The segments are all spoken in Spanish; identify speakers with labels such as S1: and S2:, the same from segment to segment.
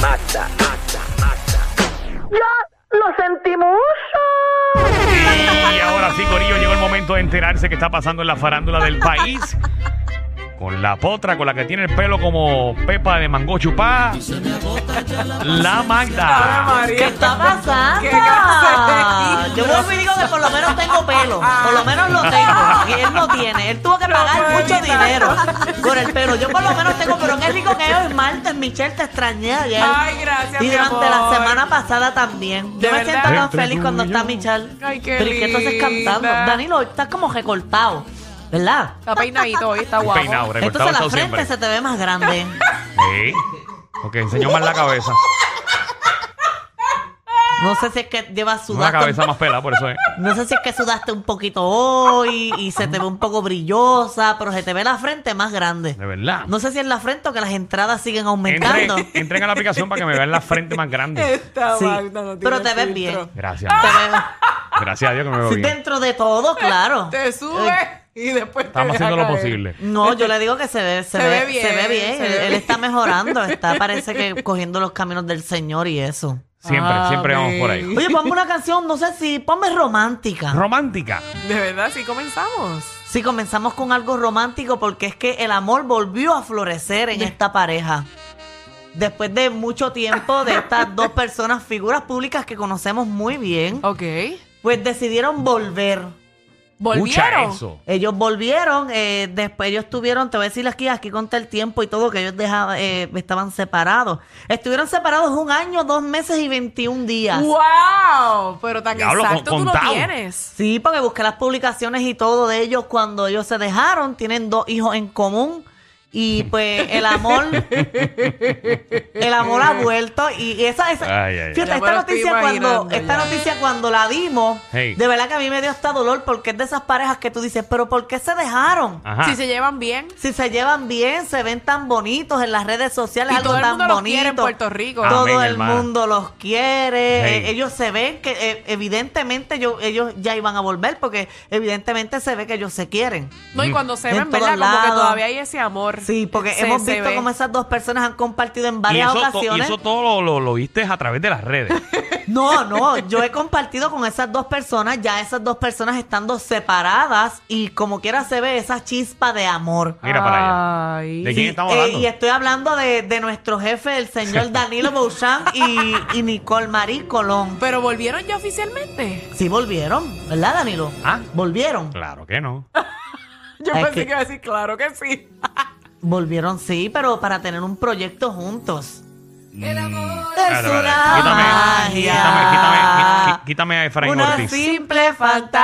S1: mata, mata, mata.
S2: ¡Ya lo sentimos!
S3: Y ahora sí, Corillo, llegó el momento de enterarse qué está pasando en la farándula del país. Con la potra, con la que tiene el pelo como pepa de mango chupá. La Magda.
S4: ¿Qué está pasando?
S5: ¿Qué clase de-
S4: Yo vuelvo y digo que por lo menos tengo pelo. Por lo menos lo tengo. Y él no tiene. Él tuvo que pagar mucho dinero por el pelo. Yo por lo menos tengo, pero qué rico que hoy es martes, Michelle, te extrañé ayer.
S5: Ay, gracias,
S4: Y
S5: mi
S4: durante la
S5: amor.
S4: semana pasada también. Yo
S5: ¿De
S4: me
S5: verdad?
S4: siento tan
S3: Entre
S4: feliz
S3: tú
S4: cuando
S3: y
S4: está
S3: yo.
S4: Michelle.
S5: Ay, qué
S4: Pero ¿y qué entonces
S5: linda.
S4: cantando? Danilo, hoy estás como recortado, ¿verdad?
S5: Está peinadito hoy, está guapo.
S3: Peinado, recortado
S4: Entonces la
S3: estado
S4: frente
S3: siempre.
S4: se te ve más grande.
S3: Sí, porque enseñó más la cabeza.
S4: No sé si es que llevas
S3: Una
S4: sudando
S3: cabeza más pelada, por eso es.
S4: No sé si es que sudaste un poquito hoy y se te ve un poco brillosa, pero se te ve la frente más grande.
S3: De verdad.
S4: No sé si es la frente o que las entradas siguen
S3: Entren,
S4: aumentando.
S3: entren a la aplicación para que me vean la frente más grande.
S5: Está
S4: Sí,
S5: Magda, no tiene
S4: pero te ves
S5: filtro.
S4: bien.
S3: Gracias.
S4: Te
S3: ma.
S4: ves-
S3: Gracias a Dios que me veo
S4: sí,
S3: bien.
S4: dentro de todo, claro.
S5: Te sube y después te
S3: Estamos
S5: deja
S3: haciendo lo
S5: caer.
S3: posible.
S4: No, yo le digo que se ve, se ve, se ve bien.
S5: se
S4: él,
S5: ve
S4: él
S5: bien.
S4: está mejorando, está parece que cogiendo los caminos del Señor y eso.
S3: Siempre, siempre vamos por ahí.
S5: Amén.
S4: Oye, ponme una canción, no sé si ponme romántica.
S3: Romántica.
S5: De verdad, sí comenzamos.
S4: Si comenzamos con algo romántico porque es que el amor volvió a florecer en esta pareja. Después de mucho tiempo de estas dos personas, figuras públicas que conocemos muy bien,
S5: Ok.
S4: pues decidieron volver.
S3: Escucha
S5: ¿Volvieron?
S3: eso.
S4: Ellos volvieron, eh, después ellos tuvieron, te voy a decir aquí, aquí conté el tiempo y todo, que ellos dejaba- eh, estaban separados. Estuvieron separados un año, dos meses y 21 días.
S5: ¡Wow! Pero tan
S3: Diablo, con-
S5: exacto tú lo
S3: contado.
S5: tienes.
S4: Sí, porque busqué las publicaciones y todo de ellos cuando ellos se dejaron. Tienen dos hijos en común. Y pues el amor. el amor ha vuelto. Y, y esa. esa
S3: Ay, ay, ay.
S4: fíjate,
S5: Ya
S4: esta
S5: me lo estoy
S4: noticia, cuando,
S5: imaginando
S4: esta
S5: ya.
S4: noticia cuando la dimos.
S3: Hey.
S4: De verdad que a mí me dio hasta dolor porque es de esas parejas que tú dices, pero ¿por qué se dejaron?
S3: Ajá.
S5: Si se llevan bien.
S4: Si se llevan bien, se ven tan bonitos en las redes sociales,
S5: Y
S4: algo
S5: todo el
S4: tan
S5: mundo los
S4: bonito.
S5: quiere en Puerto Rico.
S3: Ah,
S4: Todo
S3: Amén,
S4: el
S3: hermana.
S4: mundo los quiere.
S3: Hey.
S4: Eh, ellos se ven que eh, evidentemente yo- ellos ya iban a volver porque evidentemente se ve que ellos se quieren.
S5: No, y cuando se
S4: En
S5: ven,
S4: todos
S5: ¿verdad? Como que
S4: lados.
S5: todavía hay ese amor.
S4: Sí, porque
S5: Se-
S4: hemos
S5: se
S4: visto
S5: ve.
S4: cómo esas dos personas han compartido en
S3: Y
S4: varias
S3: eso, to- y
S4: ocasiones.
S3: eso todo lo, lo- lo viste a través de las redes.
S4: No, no, yo he compartido con esas dos personas, ya esas dos personas estando separadas y como quiera se ve esa chispa de amor.
S3: Mira para allá.
S4: Ah.
S5: Ay.
S3: ¿De quién
S4: Y,
S3: estamos
S4: eh,
S3: hablando?
S4: y estoy hablando de, de nuestro jefe, el señor Danilo Beauchamp y, y Nicole Marie Colón.
S5: Pero volvieron ya oficialmente.
S4: Sí volvieron, ¿verdad, Danilo?
S3: Ah.
S4: Volvieron.
S3: Claro que no.
S5: Yo
S4: Es
S5: pensé
S4: que-
S5: que... iba a decir, claro que sí.
S4: Volvieron, sí, pero para tener un proyecto juntos.
S3: Mm. Espérate,
S4: Es
S3: espérate.
S4: una
S3: Quítame, quítame, quítame,
S4: magia.
S3: qui- quítame a Efraín
S4: Una
S3: Ortiz.
S4: simple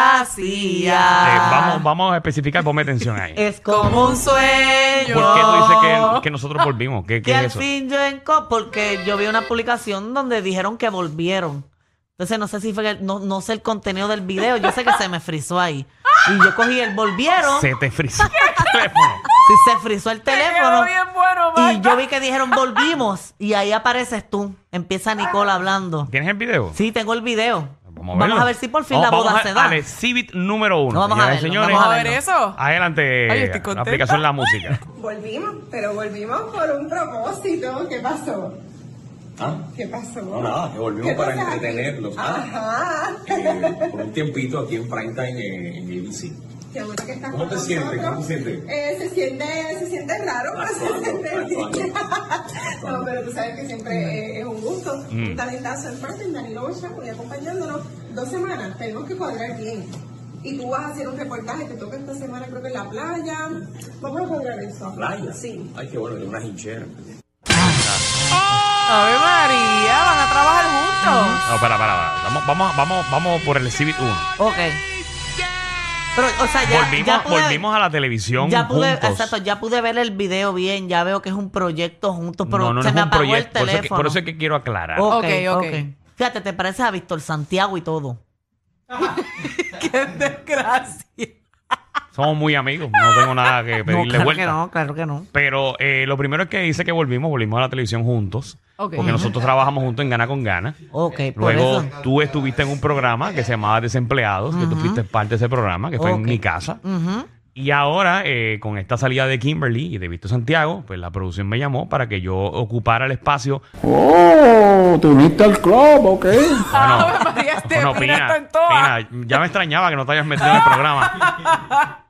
S4: fantasía.
S3: Eh, vamos, vamos a especificar, ponme atención ahí.
S4: Es como un sueño.
S3: ¿Por qué tú dices que, que nosotros volvimos? ¿Qué, qué
S4: Que
S3: es
S4: al
S3: eso?
S4: fin yo enco... Porque yo vi una publicación donde dijeron que volvieron. Entonces no sé si fue que- no, no sé el contenido del video. Yo sé que se me frizó ahí. Y yo cogí el volvieron.
S3: Se te frizó el teléfono.
S4: Si se frizó el teléfono.
S5: Quedó bien bueno,
S4: Y
S5: Magda.
S4: yo vi que dijeron volvimos. Y ahí apareces tú. Empieza Nicole hablando.
S3: ¿Tienes el video?
S4: Sí, tengo el video. Vamos a,
S3: verlo.
S4: ver si por fin
S3: Vamos-
S4: la boda
S3: vamos a-
S4: se da.
S3: Al exhibit número uno.
S4: No, vamos a
S3: señoras y
S4: verlo,
S3: señores.
S4: vamos
S5: a ver eso.
S3: Adelante.
S5: Ay, estoy
S3: la
S5: contenta.
S3: aplicación La Música.
S6: Volvimos, pero volvimos por un propósito. ¿Qué pasó?
S7: ¿Ah?
S6: ¿Qué pasó?
S7: No, nada, que volvimos
S6: ¿Qué
S7: para
S6: pasa aquí?
S7: entretenerlos. Ah,
S6: Ajá.
S7: eh, por un tiempito aquí en Prime Time eh, en ABC.
S6: Qué bueno que estás
S7: ¿Cómo
S6: con
S7: te sientes?
S6: nosotros.
S7: ¿Cómo te sientes?
S6: Eh, se siente, se siente raro, pero se
S7: Actuando,
S6: siente bien. No,
S7: actuando.
S6: pero tú sabes que
S7: Mm.
S6: siempre eh, es un gusto. Un talentazo en parte, en Danilo Bochamp, y acompañándonos dos semanas. Tenemos que cuadrar bien. Y tú vas a hacer un reportaje, te toca esta semana creo que en la playa. Vamos a cuadrar eso.
S7: Playa.
S6: Sí.
S7: Ay, qué bueno, de una hinchera.
S5: Ave María, van a trabajar juntos.
S3: No, para, para, para. Vamos, vamos, vamos, vamos por el exhibit uno.
S4: Ok. Pero, o sea, ya,
S3: volvimos,
S4: ya pude,
S3: volvimos a la televisión.
S4: ya pude,
S3: juntos.
S4: exacto, ya pude ver el video bien, ya veo que es un proyecto juntos, pero
S3: no, no, no
S4: se
S3: es
S4: me
S3: un
S4: apagó
S3: proyecto.
S4: el
S3: Por eso, es que,
S4: teléfono. Oh.
S3: por eso es que quiero aclarar.
S4: Ok,
S5: Ok, ok.
S4: ok. Fíjate, te pareces a Víctor Santiago y todo.
S5: Qué desgracia.
S3: Somos muy amigos. No tengo nada que pedirle
S4: claro
S3: vuelta.
S4: que no, claro que no.
S3: Pero eh, lo primero es que dice que volvimos, volvimos a la televisión juntos.
S5: Ok.
S3: Porque nosotros trabajamos juntos en Gana con Gana.
S4: Ok, por
S3: Luego
S4: eso.
S3: tú estuviste en un programa que se llamaba Desempleados, que tú fuiste parte de ese programa, que fue
S4: Ok.
S3: en mi casa.
S4: Ujú.
S3: Y ahora, eh, con esta salida de Kimberly y de Víctor Santiago, pues la producción me llamó para que yo ocupara el espacio.
S8: Oh, te uniste al club, ok.
S5: Ave María, este
S3: Bueno,
S5: Pina
S3: Pina,
S5: está en todas.
S3: Pina, ya me extrañaba que no te hayas metido en el programa.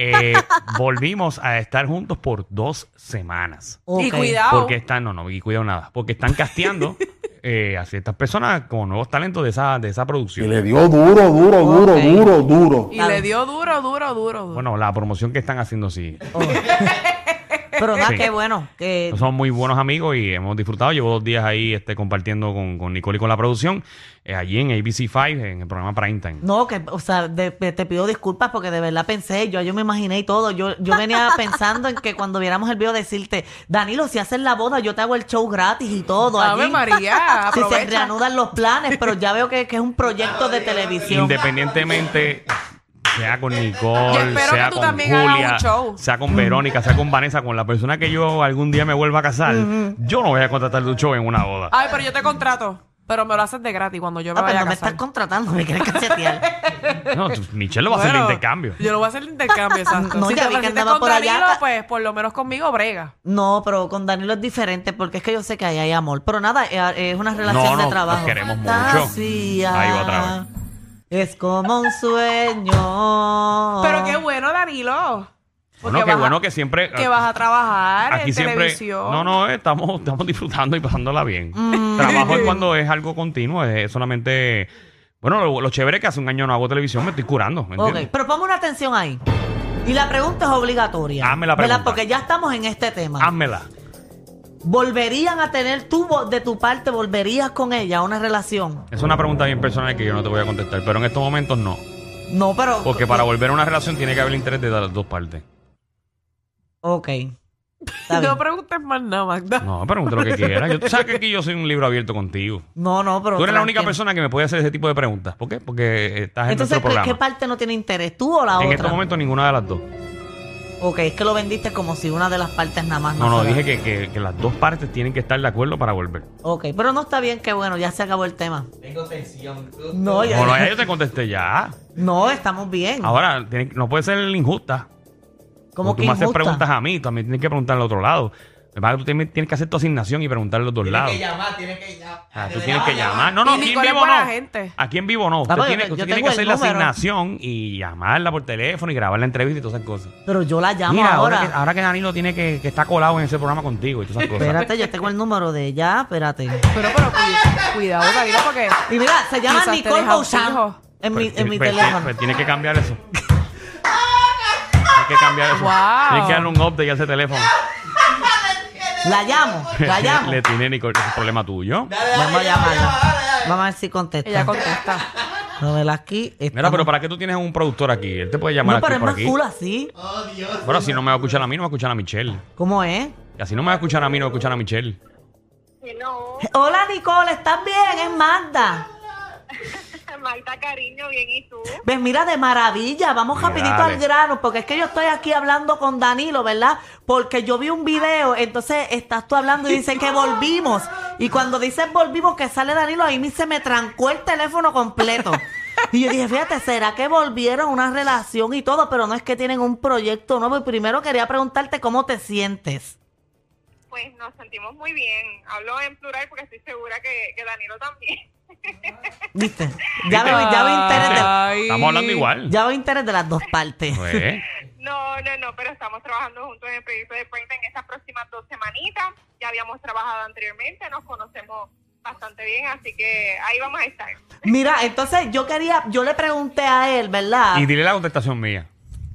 S3: Eh, volvimos a estar juntos por dos semanas.
S5: Y
S4: Ok.
S5: cuidado.
S3: Porque están, no, no, y cuidado nada. Porque están casteando eh, a ciertas personas como nuevos talentos de esa, de esa
S8: Y
S3: producción.
S8: le dio duro, duro, duro,
S4: Ok.
S8: duro, duro.
S5: Y le dio duro, duro, duro. duro.
S3: Bueno, la promoción que están haciendo, sí.
S4: Pero nada,
S3: Sí.
S4: qué bueno.
S5: Eh,
S4: Que,
S3: Son muy buenos amigos y hemos disfrutado. Llevo dos días ahí este, compartiendo con, con Nicole y con la producción, eh, allí en ABC5, en el programa Primetime.
S4: no, que, o sea, de- de- te pido disculpas porque de verdad pensé, yo, yo me imaginé y todo. Yo, yo venía pensando en que cuando viéramos el video decirte, Danilo, si haces la boda, yo te hago el show gratis y todo.
S5: Ave
S4: allí".
S5: María,
S4: Si se
S5: aprovecha.
S4: reanudan los planes, pero ya veo que, que es un proyecto de televisión.
S3: Independientemente, sea con
S5: Yo
S3: Nicole,
S5: espero
S3: sea
S5: que tú
S3: con
S5: también hagas
S3: Julia,
S5: un show.
S3: sea con Verónica, sea con Vanessa, con la persona que yo algún día me vuelva a casar, yo no voy a contratar tu show en una boda.
S5: Ay, pero yo te contrato. Pero me lo haces de gratis cuando yo me
S4: Ah, pero
S5: vaya
S4: no
S5: a
S4: me
S5: casar.
S4: estás contratando, me quieres cachetear.
S3: No, tú- Michelle lo va a hacer
S5: Bueno,
S3: el intercambio.
S5: Yo lo voy a hacer el intercambio, exacto.
S4: Ah, No,
S5: si
S4: ya
S5: te
S4: vi que
S5: ofreciste
S4: andaba
S5: con
S4: por allá.
S5: Danilo, pues por lo menos conmigo brega.
S4: No, pero con Danilo es diferente porque es que yo sé que ahí hay amor. Pero nada, eh, es una relación
S3: No, no,
S4: de
S3: nos
S4: trabajo.
S3: queremos mucho.
S4: Fantasía.
S3: Ahí va otra vez.
S4: Es como un sueño.
S5: Pero qué bueno, Danilo.
S3: Bueno, qué
S5: vas a-
S3: bueno que siempre.
S5: que vas a trabajar
S3: Aquí
S5: en
S3: siempre.
S5: televisión. Mm.
S3: No, no, eh, estamos, estamos disfrutando y pasándola bien.
S4: Mm.
S3: Trabajo es cuando es algo continuo, es solamente. Bueno, lo, lo chévere es que hace un año no hago televisión, me estoy curando. ¿me
S4: Ok,
S3: entiendes?
S4: pero ponme una atención ahí. Y la pregunta es obligatoria.
S3: Hazme la
S4: ¿verdad?
S3: pregunta.
S4: Porque ya estamos en este tema.
S3: Házmela.
S4: ¿Volverían a tener tú, vo- de tu parte, volverías con ella a una relación?
S3: Es una pregunta bien personal que yo no te voy a contestar, pero en estos momentos no.
S4: No, pero.
S3: Porque para volver a una relación tiene que haber interés de las dos partes.
S4: eh, Ok. Está bien.
S5: No preguntes más nada, Magda.
S3: No, pregunta lo que quieras. Yo, tú sabes que aquí yo soy un libro abierto contigo.
S4: No, no, pero.
S3: Tú eres la única
S4: tranquilo.
S3: persona que me puede hacer ese tipo de preguntas. ¿Por qué? Porque estás en
S4: Entonces,
S3: nuestro
S4: ¿qué,
S3: programa.
S4: qué parte no tiene interés? ¿Tú o la
S3: en este
S4: otra?
S3: estos momentos ninguna de las dos.
S4: Ok, es que lo vendiste como si una de las partes nada más
S3: No, no,
S4: fuera.
S3: dije que, que- que las dos partes tienen que estar de acuerdo para volver.
S4: Ok, pero no está bien que bueno, ya se acabó el tema. Tengo tensión. No, ya.
S3: No, no, ya yo te contesté ya.
S4: No, estamos bien.
S3: Ahora, tiene- no puede ser injusta.
S4: como
S3: tú
S4: que
S3: me haces
S4: injusta.
S3: preguntas a mí, también tienes que preguntar al otro lado. Me parece que tú también tienes que hacer tu asignación y preguntar a los dos lados. Tienes que llamar, tienes que llamar. Ah, tú tienes que llamar. No, no,
S5: Y
S3: aquí en
S5: Nicole es
S3: vivo
S5: buena
S3: no.
S5: gente.
S3: Aquí en vivo no. Usted
S4: pero
S3: tiene,
S4: Ah, pues, yo
S3: usted
S4: tengo
S3: tiene que
S4: el
S3: hacer la
S4: número.
S3: asignación y llamarla por teléfono y grabar la entrevista y todas esas cosas.
S4: Pero yo la llamo
S3: Mira, ahora,
S4: ahora.
S3: que, Ah, ahora que Danilo tiene que, que está colado en ese programa contigo y todas esas cosas.
S4: Espérate, yo tengo el número de ella, espérate.
S5: Pero, pero cuida- cuidado, Danilo, porque
S4: Y mira, se llama
S5: Quizás te
S4: Nicole
S5: deja un
S4: Bouchan.
S5: hijo.
S4: En mi,
S3: Pero-
S4: en mi
S3: pero-
S4: teléfono.
S3: pero Pues, tiene que cambiar eso. Tiene que cambiar eso.
S5: Wow.
S3: Tiene que darle un update a ese teléfono.
S4: La llamo, la llamo.
S3: pues. Le tiene Nicole, ese es un problema tuyo.
S4: Vamos a llamarla. Vamos a ver si contesta.
S5: ella contesta.
S4: No, vela aquí.
S3: Mira,
S4: estamos-
S3: pero ¿para qué tú tienes un productor aquí? Él te puede llamar
S4: No, pero
S3: aquí
S4: es
S3: por
S4: más
S3: aquí.
S4: cool así.
S3: Bueno, si no me va a escuchar a mí, no va a escuchar a Michelle.
S4: ¿Cómo es?
S3: Y así no me va a escuchar a mí, no va a escuchar a Michelle.
S9: Hello,
S4: Hola, Nicole, ¿estás bien? Es Magda.
S9: Magda, cariño, bien, ¿y tú?
S4: Ves, Pues mira, de maravilla, vamos
S3: Mira,
S4: rapidito
S3: dale.
S4: al grano, porque es que yo estoy aquí hablando con Danilo, ¿verdad? Porque yo vi un video, entonces estás tú hablando y dicen que volvimos. Y cuando dicen volvimos que sale Danilo, ahí mí se me trancó el teléfono completo. Y yo dije, fíjate, ¿será que volvieron a una relación y todo? Pero no es que tienen un proyecto nuevo. Y primero quería preguntarte cómo te sientes.
S9: Pues nos sentimos muy bien. Hablo en plural porque estoy segura que, que Danilo también.
S4: ¿Viste? Ya veo, ya veo interés de,
S5: Ay.
S3: Estamos hablando igual.
S4: ya veo interés de las dos partes.
S3: Pues,
S9: No, no, no, pero estamos trabajando juntos en el proyecto de Puente en estas próximas dos semanitas. Ya habíamos trabajado anteriormente, nos conocemos bastante bien, así que ahí vamos a estar.
S4: Mira, entonces yo quería, yo le pregunté a él, ¿verdad?
S3: y dile la contestación mía.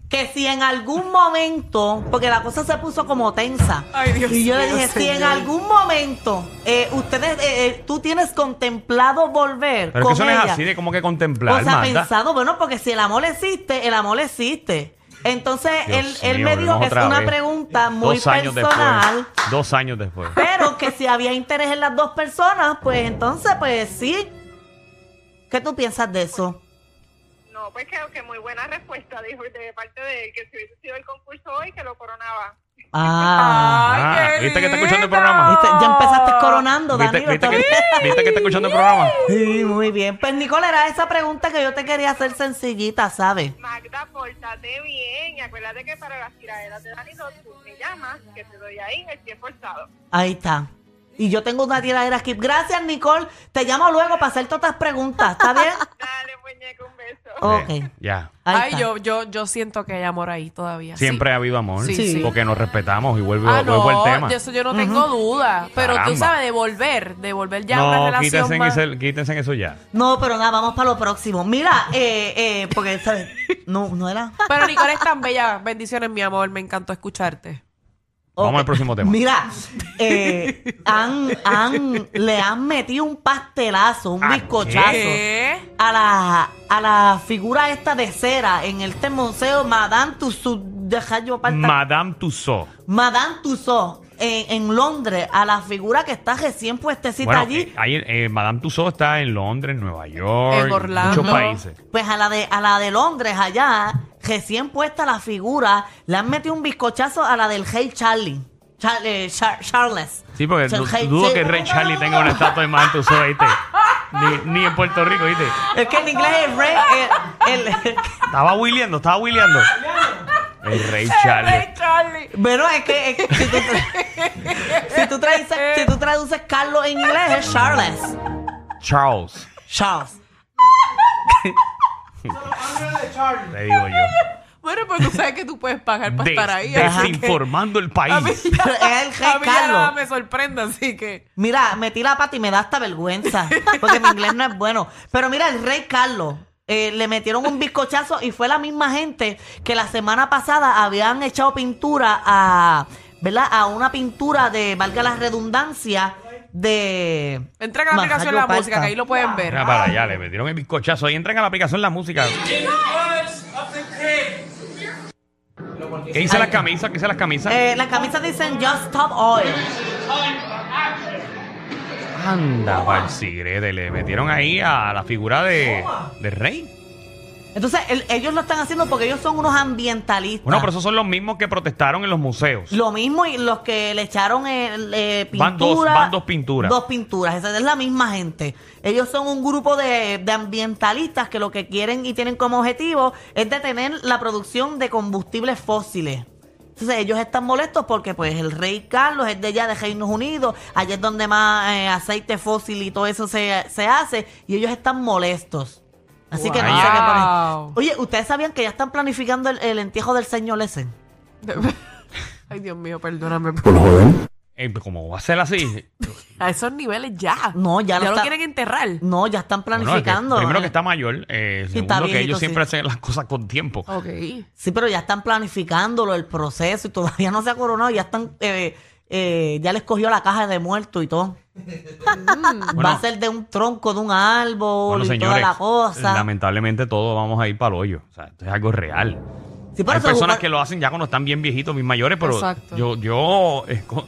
S4: que si en algún momento, porque la cosa se puso como tensa,
S5: Ay, Dios
S4: y yo le
S5: mío,
S4: dije, si en
S5: señor.
S4: algún momento eh, ustedes, eh, eh, tú tienes contemplado volver
S3: Pero es que
S4: con
S3: eso no es
S4: ella,
S3: así de como que contemplar,
S4: o sea,
S3: Magda.
S4: pensado, bueno, porque si el amor existe, el amor existe. Entonces él,
S3: Dios
S4: él
S3: mío,
S4: me dijo
S3: volvemos
S4: que es
S3: otra
S4: una
S3: vez.
S4: pregunta muy
S3: Dos años
S4: personal.
S3: después. Dos años después.
S4: Pero que si había interés en las dos personas, pues entonces, pues sí. ¿Qué tú piensas de eso?
S9: No, pues creo que muy buena respuesta, dijo de parte de él, que si hubiese sido el concurso hoy, que lo coronaba.
S4: Ah.
S3: Ah, ¿viste que está escuchando el
S5: lindo.
S3: programa?
S4: ¿Viste? Ya empezaste coronando,
S3: ¿Viste,
S4: Danilo.
S3: viste que,
S4: está bien.
S3: viste que está escuchando el programa?
S4: Sí, muy bien. Pues, Nicole, era esa pregunta que yo te quería hacer sencillita, ¿sabes?
S9: Magda, pórtate bien. Y acuérdate que para las tiraderas de Danilo, tú me llamas, que te doy ahí el pie forzado.
S4: Ahí está. Y yo tengo una tiradera aquí. Gracias, Nicole. Te llamo luego para hacerte otras preguntas, ¿está bien?
S9: Dale, muñeco, un beso.
S4: Ok.
S3: Eh, ya.
S4: Ahí
S5: Ay,
S4: está.
S5: yo, yo, yo siento que hay amor ahí todavía. sí.
S3: Siempre ha habido amor.
S5: Sí, sí.
S3: Porque nos respetamos y vuelve,
S5: Ah,
S3: vuelvo
S5: no,
S3: al tema.
S5: de eso yo no tengo duda. Pero tú
S3: Caramba.
S5: sabes, de volver, de volver ya a una
S3: no,
S5: relación
S3: quítense en,
S5: más-
S3: ese- quítense en eso ya.
S4: No, pero nada, vamos para lo próximo. Mira, eh, eh, porque, ¿sabes? No, no era.
S5: Pero Nicole es tan bella. Bendiciones, mi amor. Me encantó escucharte.
S3: Vamos
S4: Ok.
S3: al próximo tema.
S4: Mira, eh, han, han- le han metido un pastelazo, un
S3: ¿A
S4: bizcochazo
S5: ¿Qué?
S4: a la, a la figura esta de cera en este museo Madame Tussauds. Deja yo apartar.
S3: Madame Tussauds.
S4: Madame Tussauds en, en Londres a la figura que está recién puestecita
S3: Bueno,
S4: allí.
S3: eh, ahí, eh, Madame Tussauds está en Londres, Nueva York,
S5: En Orlando.
S3: muchos países.
S4: Pues a la de a la de Londres allá, recién puesta la figura, le han metido un bizcochazo a la del Hey Charlie. Char- eh, Char- Charles.
S3: Sí, porque
S4: Char-
S3: du-
S4: Hey-
S3: dudo
S4: sí.
S3: que Rey Charlie tenga una estatua de Madame Tussauds, ¿viste? Ni, ni en Puerto Rico, ¿viste?
S4: Es que en inglés es Rey. el- el-
S3: Estaba huileando, estaba huileando. El Rey Charlie.
S5: Charlie.
S4: bueno, es que, es que si, tú tra- si tú traduces, si tú traduces Carlos en inglés es Charles.
S3: Charles,
S4: Charles.
S3: te digo yo.
S5: Bueno, pero tú sabes que tú puedes pagar
S4: Pues
S5: para
S3: Des-
S5: estar ahí. así que-
S3: desinformando el
S5: A mí
S3: país.
S5: ya-
S4: Es el rey
S5: a mí ya
S4: Carlos.
S5: nada me sorprende, así que.
S4: Mira, metí la pata y me da hasta vergüenza, porque mi inglés no es bueno. Pero mira, el rey Carlos, eh, le metieron un bizcochazo y fue la misma gente que la semana pasada habían echado pintura a, ¿verdad? A una pintura de, valga la redundancia, de...
S5: Entren a la aplicación la
S4: Majayo
S5: música, que ahí lo pueden ver.
S3: Mira para allá, le metieron el bizcochazo. Ahí entran a la aplicación la música. ¿Qué dice las camisas? ¿Qué dice las camisas?
S4: Eh, las camisas dicen Just Stop Oil.
S3: Anda, pa'l cigrete. Le metieron ahí a la figura de, de Rey.
S4: Entonces, el- ellos lo están haciendo porque ellos son unos ambientalistas.
S3: Bueno, pero esos son los mismos que protestaron en los museos.
S4: Lo mismo y los que le echaron el, eh, pintura.
S3: Van dos- van dos pinturas.
S4: Dos pinturas, esa es la misma gente. Ellos son un grupo de, de ambientalistas que lo que quieren y tienen como objetivo es detener la producción de combustibles fósiles. Entonces ellos están molestos porque pues el rey Carlos es de allá de Reinos Unidos, allá es donde más eh, aceite fósil y todo eso se, se hace y ellos están molestos. Así que no sé
S3: Wow.
S4: qué poner.
S5: Wow.
S4: Oye, ¿ustedes sabían que ya están planificando el, el entierro del señor ese?
S5: Ay, Dios mío, perdóname.
S8: Por joder.
S3: Eh, pues, ¿Cómo va a ser así?
S5: A esos niveles ya.
S4: No, ya lo
S5: lo
S4: está-
S5: quieren enterrar.
S4: No, ya están
S3: Bueno, es que
S4: planificando.
S3: primero que
S4: eh.
S3: está mayor. Eh,
S4: Sí,
S3: segundo
S4: está
S3: que
S4: viejito,
S3: ellos
S4: sí.
S3: siempre hacen las cosas con tiempo.
S5: Ok.
S4: Sí, pero ya están planificándolo, el proceso, y todavía no se ha coronado, ya están, eh, eh, ya les cogió la caja de muerto y todo.
S5: Mm.
S4: Va
S3: Bueno.
S4: a ser de un tronco, de un árbol
S3: Bueno,
S4: y toda
S3: señores,
S4: la cosa.
S3: lamentablemente todos vamos a ir para el hoyo. O sea, esto es algo real.
S4: Sí, pero
S3: Hay
S4: se
S3: personas
S4: jugó-
S3: que lo hacen ya cuando están bien viejitos, bien mayores, pero
S5: Exacto.
S3: yo, yo eh, co-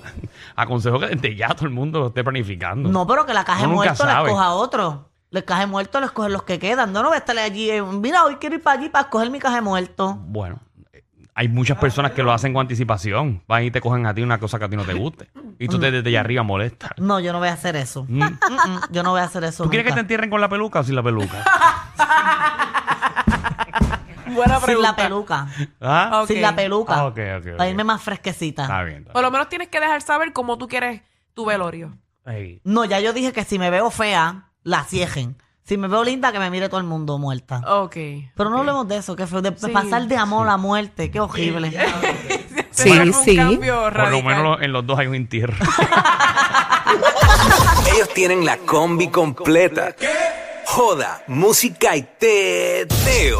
S3: aconsejo que desde ya todo el mundo lo esté planificando.
S4: No, pero que la caja de
S3: Uno nunca
S4: muerto la
S3: sabe.
S4: escoja otro. La caja de muerto la escogen los que quedan. No, no va a estarle allí. eh, Mira, hoy quiero ir para allí para escoger mi caja de muerto.
S3: Bueno, eh, hay muchas personas que lo hacen con anticipación. Van y te cogen a ti una cosa que a ti no te guste. Y
S4: Mm.
S3: tú te- desde allá arriba molesta.
S4: No, yo no voy a hacer eso.
S3: Mm.
S4: Mm, mm, yo no voy a hacer eso.
S3: ¿Tú quieres que te
S4: nunca.
S3: entierren con la peluca o sin la peluca?
S5: Buena pregunta.
S4: Sin la peluca.
S3: ¿Ah?
S5: Ok.
S4: Sin la peluca.
S3: Ah, ok, ok, ok.
S4: Para irme más fresquecita.
S3: Está bien. está
S5: Por lo menos tienes que dejar saber cómo tú quieres tu velorio.
S3: bien. Ey.
S4: No, ya yo dije que si me veo fea, la ciejen. Si me veo linda, que me mire todo el mundo muerta.
S5: Ok.
S4: Pero no hablemos de eso, que fue de de
S5: Sí.
S4: pasar de amor a muerte, qué horrible.
S3: Eh,
S5: Sí,
S10: sí.
S3: Por lo menos lo- en los dos hay un entierro.
S1: Ellos tienen la combi completa. Joda, música y teo.